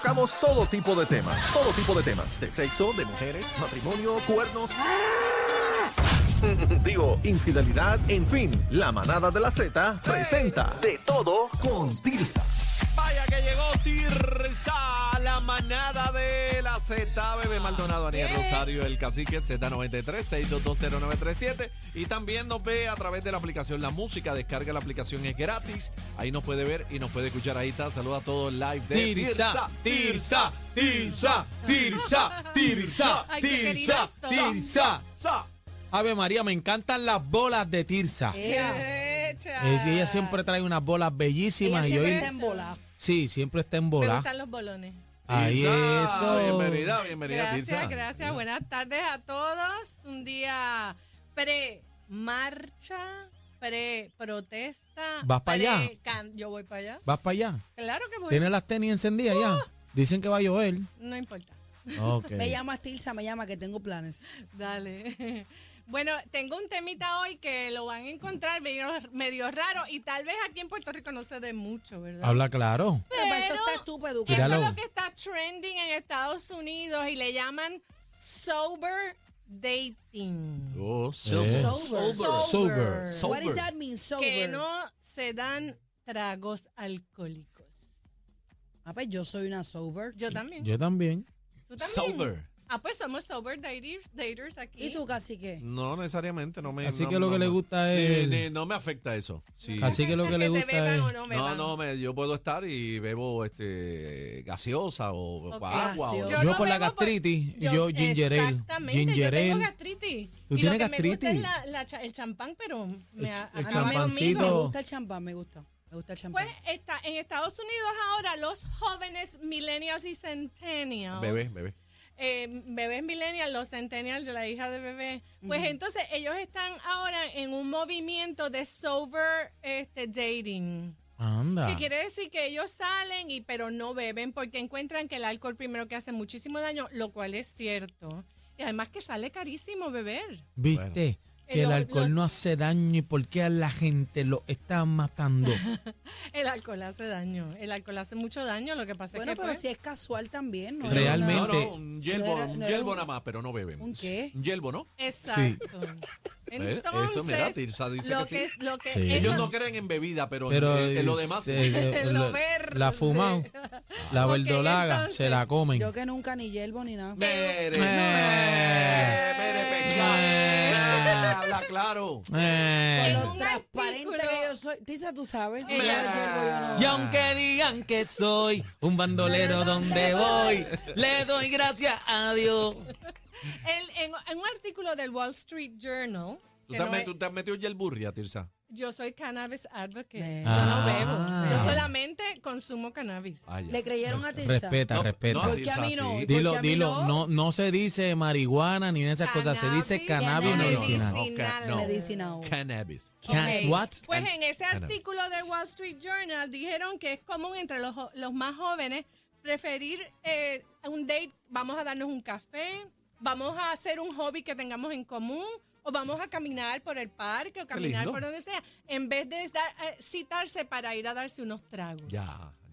Tocamos todo tipo de temas, todo tipo de temas, de sexo, de mujeres, matrimonio, cuernos. Digo, infidelidad, en fin, la manada de la Z presenta de todo con Tirsa. Vaya que llegó Tirsa, la manada de la Z, Bebé Maldonado, Aniel Rosario, el cacique Z93, 6220937. Y también nos ve a través de la aplicación La Música. Descarga la aplicación, es gratis. Ahí nos puede ver y nos puede escuchar. Ahí está. Saluda a todos live de Tirsa, Tirsa, Tirsa, Tirsa, Tirsa, Ay, qué Tirsa, peligroso. Tirsa. Tirsa. Ave María, me encantan las bolas de Tirsa. Eh, sí, ella siempre trae unas bolas bellísimas y hoy sí, siempre está en Me bola. gustan los bolones. Ahí Tirsa, eso. Ah, Bienvenida, bienvenida, Tirsa. Gracias, gracias. Buenas tardes a todos. Un día pre-marcha, pre-protesta. ¿Vas pa' allá? pre-can- Yo voy para allá. Vas para allá. Claro que voy. Tienes las tenis encendidas Uh. ya. Dicen que va a llover. No importa. Ok. Me llamas Tilsa, me llama que tengo planes. Dale. Bueno, tengo un temita hoy que lo van a encontrar medio, medio raro y tal vez aquí en Puerto Rico no se dé mucho, ¿verdad? Habla claro. Pero, para eso está estúpido. Esto Tíralo. es lo que está trending en Estados Unidos y le llaman sober dating. Oh, Eh. so- Sober. Sober. So- What does that mean, Que sober? no se dan tragos alcohólicos. Ah, pues yo soy una sober. Yo también. Yo también. ¿Tú también? Sober. Ah, pues somos sober dater- daters aquí. ¿Y tú, cacique? No necesariamente, no me. Así no- que lo no- que le no. gusta Ni- es- ni- no me afecta eso. Sí. Así que lo que le se gusta beban es- o no, No, beban. no, me- yo puedo estar y bebo este gaseosa o Ok. agua. o- Gaseosa. Yo por la bebo gastritis, yo ginger ale, Exactamente, ginger yo tengo ale. gastritis. ¿Tú y tienes lo que me gusta gastritis? es la- la cha- el champán, pero me El ch- a- el acaba champancito. Ah, Me conmigo. gusta el champán, me gusta. Me gusta el champán. Pues está, en Estados Unidos ahora los jóvenes millennials y centennials. Bebé, bebé. eh, bebés millennials, los centennials, la hija de bebé. Pues entonces ellos están ahora en un movimiento de sober este, dating. Anda. Que quiere decir que ellos salen y pero no beben porque encuentran que el alcohol primero que hace muchísimo daño, lo cual es cierto. Y además que sale carísimo beber. ¿Viste? Que el Los- alcohol los- no hace daño y por qué a la gente lo está matando. El alcohol hace daño, el alcohol hace mucho daño, lo que pasa bueno, es que pero pues, si es casual también, ¿no? Realmente. No, no, un Si no yelbo, era- un no era yelbo un- nada más, pero no bebemos. ¿Un qué? Un yelbo, ¿no? Exacto. Eh, Entonces, eso, mira, Tirsa dice lo que sí. es- lo que Sí. eso- Ellos no creen en bebida, pero, Pero en, en lo demás. se- se- Lo la- verde. la fumado, la Ok, verdolaga, entonces, se la comen. Yo que nunca ni hierbo ni nada. Mere, Eh. mere, mere, mere. Habla claro. Eh. Con lo un transparente artículo- que yo soy. Tilsa, tú sabes. Yo Ella- no hierbo, yo no. Y aunque digan que soy un bandolero donde voy, le doy gracias a Dios. El- en, en un artículo del Wall Street Journal, ¿Tú que te, has no met- es- tú te has metido yelburria, Tirsa? yo soy cannabis advocate, Me- yo no Ah. bebo, yo solamente consumo cannabis. Ah, ya. Le creyeron a Tilsa. Respeta, No, respeta. no, Porque a mí no. Sí. porque dilo, a mí dilo, no, no se dice marihuana ni esas cosas, se dice cannabis cannabis medicinal. medicinal. No. Medicinado. Cannabis. Can- Ok. what? Pues Can- en ese cannabis. artículo de Wall Street Journal dijeron que es común entre los, jo- los más jóvenes preferir eh, un date, vamos a darnos un café, vamos a hacer un hobby que tengamos en común o vamos a caminar por el parque o caminar lindo. por donde sea, en vez de dar- eh, citarse para ir a darse unos tragos. Ya,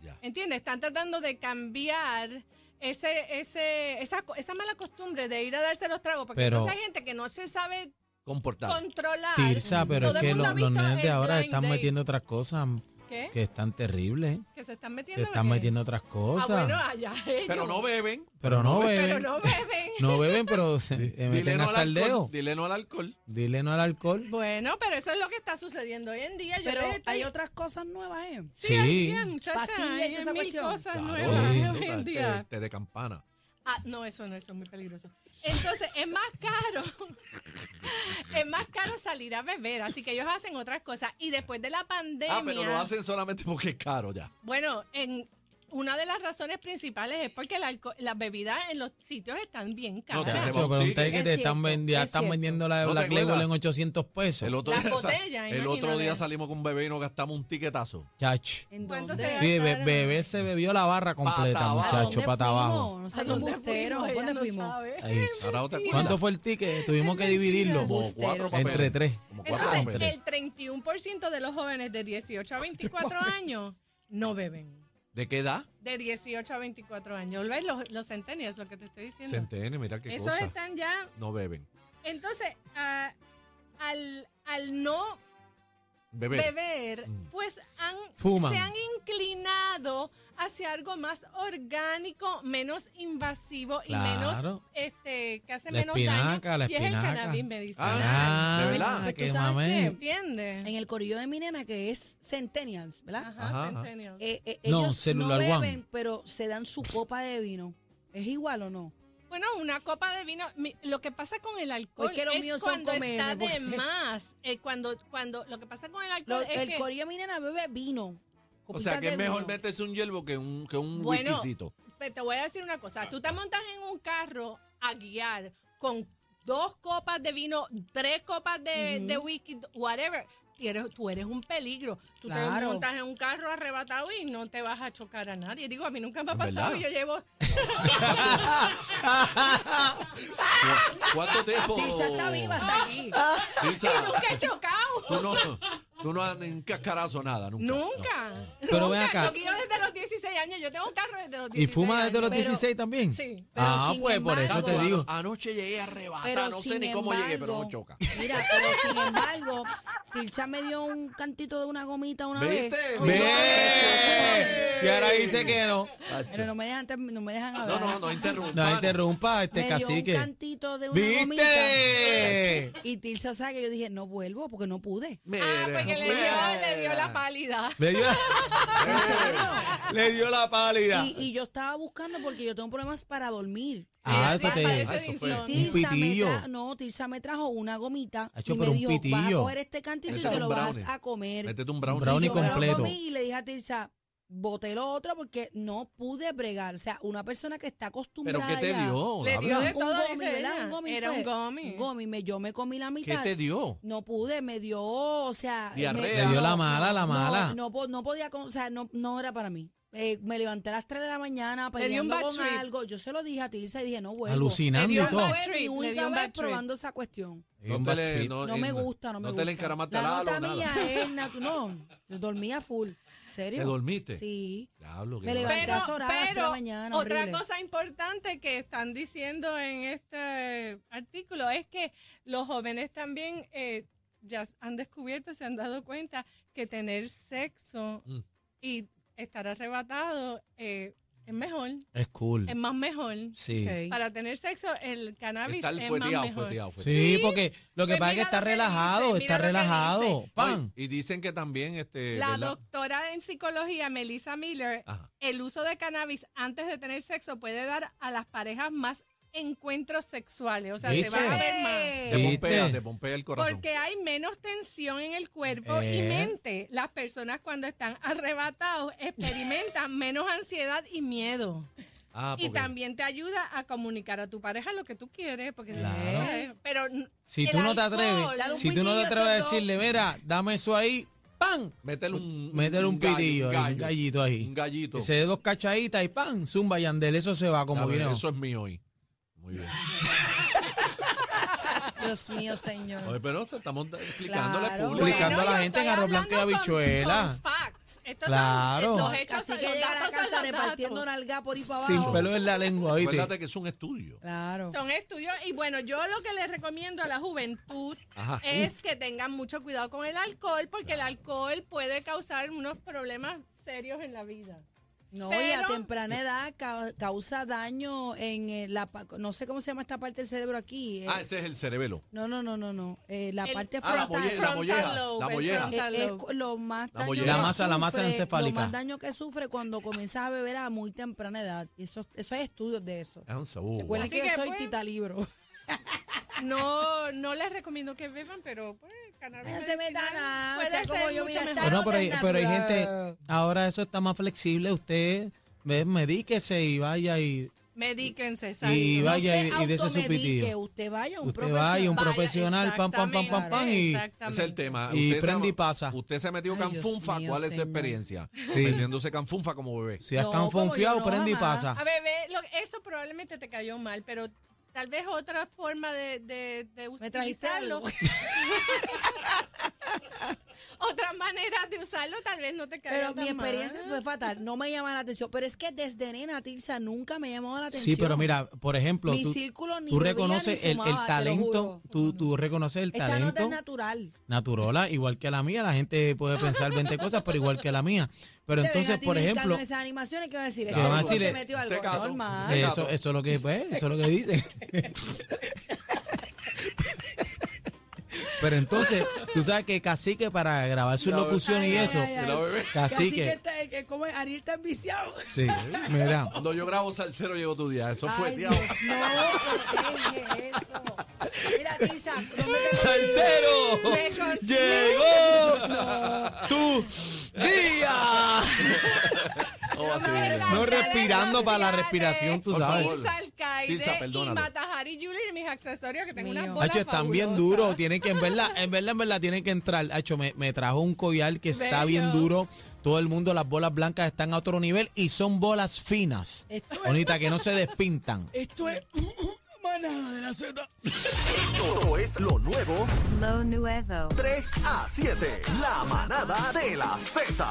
ya. ¿Entiendes? Están tratando de cambiar ese, ese, esa, co- esa mala costumbre de ir a darse los tragos, porque Pero- entonces hay gente que no se sabe Comportar. controlar. Tirsa, pero Todo es el que mundo lo- ha los visto nenes de el ahora blind están date. metiendo otras cosas ¿Qué? que están terribles. ¿Que se están Se metiendo? están qué? metiendo otras cosas. pues, Ah, bueno, allá ellos. Pero no beben. pero no Pero beben. no beben. No beben, pero se se Dile meten no, hasta al el alcohol, dedo. dile no al alcohol. Dile no al alcohol. Bueno, pero eso es lo que está sucediendo hoy en día. Yo Pero les estoy- hay otras cosas nuevas, ¿eh? Sí, Sí. hay bien, muchacha, Pastillas y hay toda esa mil cuestión. cosas Claro, nuevas sí. hoy en te- día. te de campana. Ah, no, eso no, eso es muy peligroso. Entonces, es más caro. es más caro salir a beber, así que ellos hacen otras cosas. Y después de la pandemia. Ah, pero lo hacen solamente porque es caro ya. Bueno, en. Una de las razones principales es porque el alco- las bebidas en los sitios están bien caras. se te Chacho, pero un Contigo. ticket Es te están, cierto, vendi- ya es están cierto. vendiendo la de No te Black Label acuerdas. en 800 pesos. El otro, Las día, sal- botellas, el otro imagínate. día salimos con un bebé y nos gastamos un tiquetazo. Chacho. ¿En ¿Cuánto dónde? se Sí, be- gastaron. bebé se bebió la barra completa, Pata abajo. ¿A muchacho, dónde pata abajo. fuimos? No ¿A seas dónde embustero. fuimos? Ella ¿Dónde no fuimos? sabe. Ay, Ahora no te acuerdas. ¿Cuánto fue el ticket? Tuvimos que dividirlo. Como Embusteros. cuatro Entre papeles. tres. Como cuatro Entonces, papeles. el 31% de los jóvenes de 18 a 24 años no beben. ¿De qué edad? de 18 a 24 años. ¿Ves? Los, los centenios, lo que te estoy diciendo. Centene, mira qué Esos cosa. están ya. No beben. Entonces, ah, al, al no Beben. beber, Mm. pues han, Fuman. se han inclinado hacia algo más orgánico, menos invasivo y menos Claro. este que hace La menos espinaca, daño. la y es el espinaca. cannabis medicinal. Ah, Ah, ¿de verdad? Pues tú qué sabes mamey. que- ¿Entiendes? En el corillo de mi nena, que es Centennials, ¿verdad? Ajá, Ajá, ajá. centennial. Eh, eh, No, ellos Cellular no One. beben, pero se dan su copa de vino. ¿Es igual o no? Bueno, una copa de vino. mi- Lo que pasa con el alcohol Porque los es míos son cuando con está meme, de porque- más. eh, cuando, cuando, lo que pasa con el Lo- alcohol es el que corillo de mi nena bebe vino. O sea, copitas que de es mejor vino. meterse un hierbo que un, que un Bueno. whiskycito. te, te voy a decir una cosa. Tú te montas en un carro a guiar con dos copas de vino, tres copas de, de whisky, whatever. Tú eres, tú eres un peligro. Tú te Claro. montas en un carro arrebatado y no te vas a chocar a nadie. Digo, a mí nunca me ha Es pasado. verdad. Yo llevo ¿Cu- ¿Cuánto tiempo? Tirsa está viva, Ah. está aquí. Tirsa, nunca he chocado. tú no, tú no andas en cascarazo nada, nunca. Nunca. Pero ven nunca. acá. Yo guío desde los 16 años. Yo tengo carro desde los 16. ¿Y fuma desde los Pero- 16 también? Sí. Pero ah, sin pues por eso embargo- te digo. Anoche llegué arrebatado, Pero no sé sin ni cómo llegué, pero no embargo- choca. Mira, pero sin embargo, Tirsa me dio un cantito de una gomita una ¿Viste? vez. Ve. ¡Ve! Y ahora dice que no. Pero no me dejan, term- no me dejan hablar. No, no, no interrumpa. No interrumpa a este me dio un cacique. cantito de una gomita. ¿Viste? Y Tirsa sabe que yo dije, no vuelvo porque no Ah, pude. pues porque le dio, le dio la pálida. Le dio, le dio la pálida. Y, y yo estaba buscando porque yo tengo problemas para dormir. Ah, eso Ella padece te de eso fue. insomnio. Un Tirsa pitillo. Me tra- no, Tirsa me trajo una gomita Hacho, y pero un me dijo, vas a pitillo. coger este cantito y Métete te un lo vas brownie. a comer. Métete un brownie. Brownie y yo me lo completo. comí y le dije a Tirsa, boté lo otro porque no pude bregar. O sea, una persona que está ¿Pero acostumbrada qué te ya- dio? Le Habla. dio de Un todo, gomi, dice ¿verdad? ella. Un gomi Era fue. un gomi. Un gomi, me- yo me comí la ¿Qué mitad. te dio? No pude, me dio, o sea... eh, me- Diarrea. Le dio la no, mala, la no, mala. No, po- no podía, con- o sea, no, no era para mí. Eh, me levanté a las 3 de la mañana Le dio un peleando bad con trip. algo. Yo se lo dije a Tirsa y dije, no vuelvo. Alucinando Le dio y Esa un todo. bad fue trip, mi le dio única un bad vez trip. probando esa cuestión. No te le- no, No eh, me gusta, no me gusta. te le encaramaste La al nota halo, nada. mía es natural. No, dormía full. ¿Serio? ¿Te dormiste? Sí. Diablo, qué Me dolor. levanté. Pero, Tantas horas, tres de la pero mañana, otra horrible. cosa importante que están diciendo en este artículo es que los jóvenes también eh, ya han descubierto, se han dado cuenta que tener sexo Mm. y estar arrebatado eh, es mejor, Es cool. es más mejor. Sí. Ok. Para tener sexo el cannabis Está el es más fueteado, mejor. fueteado, fueteado. Sí, porque lo que Pues pasa es que mira está lo que dice, relajado, mira está lo que relajado. dice. ¡Pam! Y dicen que también, este, La ¿verdad? doctora en psicología, Melissa Miller, Ajá. el uso de cannabis antes de tener sexo puede dar a las parejas más encuentros sexuales. O sea, se ¿Viste? van a ver más. eh, Te ¿Viste? pompea, te pompea el corazón. Porque hay menos tensión en el cuerpo y Eh. mente. Las personas cuando están arrebatados experimentan menos ansiedad y miedo. Ah, Y porque- también te ayuda a comunicar a tu pareja lo que tú quieres. Porque si- Claro. Pero Si el tú no te alcohol- Dale atreves, un si tú no te pitillo, atreves a Toto. decirle, mira, dame eso ahí, ¡pam! Métele un, Métele un gallo, pitillo, ahí, un gallo, gallito ahí. Un gallito. Que se dé dos cachaditas y ¡pam! Zumba Yandel, eso se va como Dame, viene. Eso es mío hoy. Muy bien. Dios mío, señor. Oye, pero se estamos explicándole al Claro. público. Explicando a la yo gente en estoy arroz blanco y hablando con- habichuela. con facts. Estos Claro. son- los hechos Así son- que los llega a la datos son casa los repartiendo datos. nalga por ahí para abajo. Sin pelo en la lengua, ¿viste? Acuérdate que es un estudio. Claro. Son estudios y bueno, yo lo que les recomiendo a la juventud Ajá. es que tengan mucho cuidado con el alcohol porque el alcohol puede causar unos problemas serios en la vida. No, y a Pero- temprana edad ca- causa daño en eh, la pa- no sé cómo se llama esta parte del cerebro aquí. eh, Ah, ese es el cerebelo. no, no, no, no, no. eh, la El- parte Ah, la frontal. molleja, la molleja, la lobe, el molleja. frontal Eh, es lobe. cu- lo más La daño molleja. que La masa, la masa sufre- encefálica. Lo más daño que sufre cuando comienzas a beber a muy temprana edad. Y Eso, eso hay estudios de eso. Danza, uh, Recuerden Así que, que, yo soy pues, tita libro. No, no les recomiendo que beban, pero pues cannabis No se medicinal metan nada. puede O sea, ser como yo mucho voy a mejor. estar- Bueno, pero, hay, Natural. pero hay gente, ahora eso está más flexible, usted ve, medíquese y vaya y... Medíquense, Y exacto. vaya y- no se y dese su automedique, pitillo. Usted vaya a un Usted profesional. vaya a un Vaya, profesional, pam, pam, pam, pam, pam, y- exactamente, Ese es el tema. Y se- prende y pasa. Usted se metió Ay, canfunfa. Dios mío, ¿Cuál es su señor. experiencia? Metiéndose canfunfa como bebé. Si has No, confiado, como yo no, prende y jamás. pasa. A ver, ve, lo- eso probablemente te cayó mal, pero tal vez otra forma de, de, de Me trajiste utilizarlo. algo. otras maneras de usarlo tal vez no te caiga Pero tan mi experiencia mal. fue fatal, no me llama la atención. Pero es que desde nena, Tirsa, nunca me llamó la atención. Sí, pero mira, por ejemplo, Mi tú, círculo ni tú bebía reconoces ni el- el, fumaba, te lo juro. talento, tú, tú reconoces el Esta nota talento es natural. natural, ah, igual que la mía, la gente puede pensar 20 cosas, pero igual que la mía. Pero Te ven entonces, a ti por brincando ejemplo, en esas animaciones, ¿qué va a decir? Te van a Este tipo decir, se eh, metió este algo gato. normal. Eh, eso, eso es lo que pues, eso es lo que dicen. Pero entonces, tú sabes que Cacique para grabar sus La bebé. locuciones y Ay, eso, ay, ay. De la bebé. Cacique. está, eh, que como Ariel está enviciado. sí, mira, Cuando yo grabo salsero llegó tu día. Eso fue, Ay, tío. Dios, no, ¿qué es eso? Mira, Tirsa, no me te ¡Saltero! Me consigo. ¡Llegó tu día! No, así Pero es. las No, redes respiración para la sociales, respiración, tú Por sabes. favor. Tirsa Alcaide Tirsa, y perdónate. Matajari Jewelry, mis accesorios que tengo unas mío. bolas Hacho, están bien fabulosas. duros. Tienen que, en verdad, en verdad, en verdad, tienen que entrar. Hacho, me, me trajo un collar que está Bello. bien duro. Todo el mundo, las bolas blancas están a otro nivel y son bolas finas. Esto es- Bonita, que no se despintan. Esto es manada de la Z. Todo es lo nuevo. Lo nuevo. 3 a 7. La manada de la Z.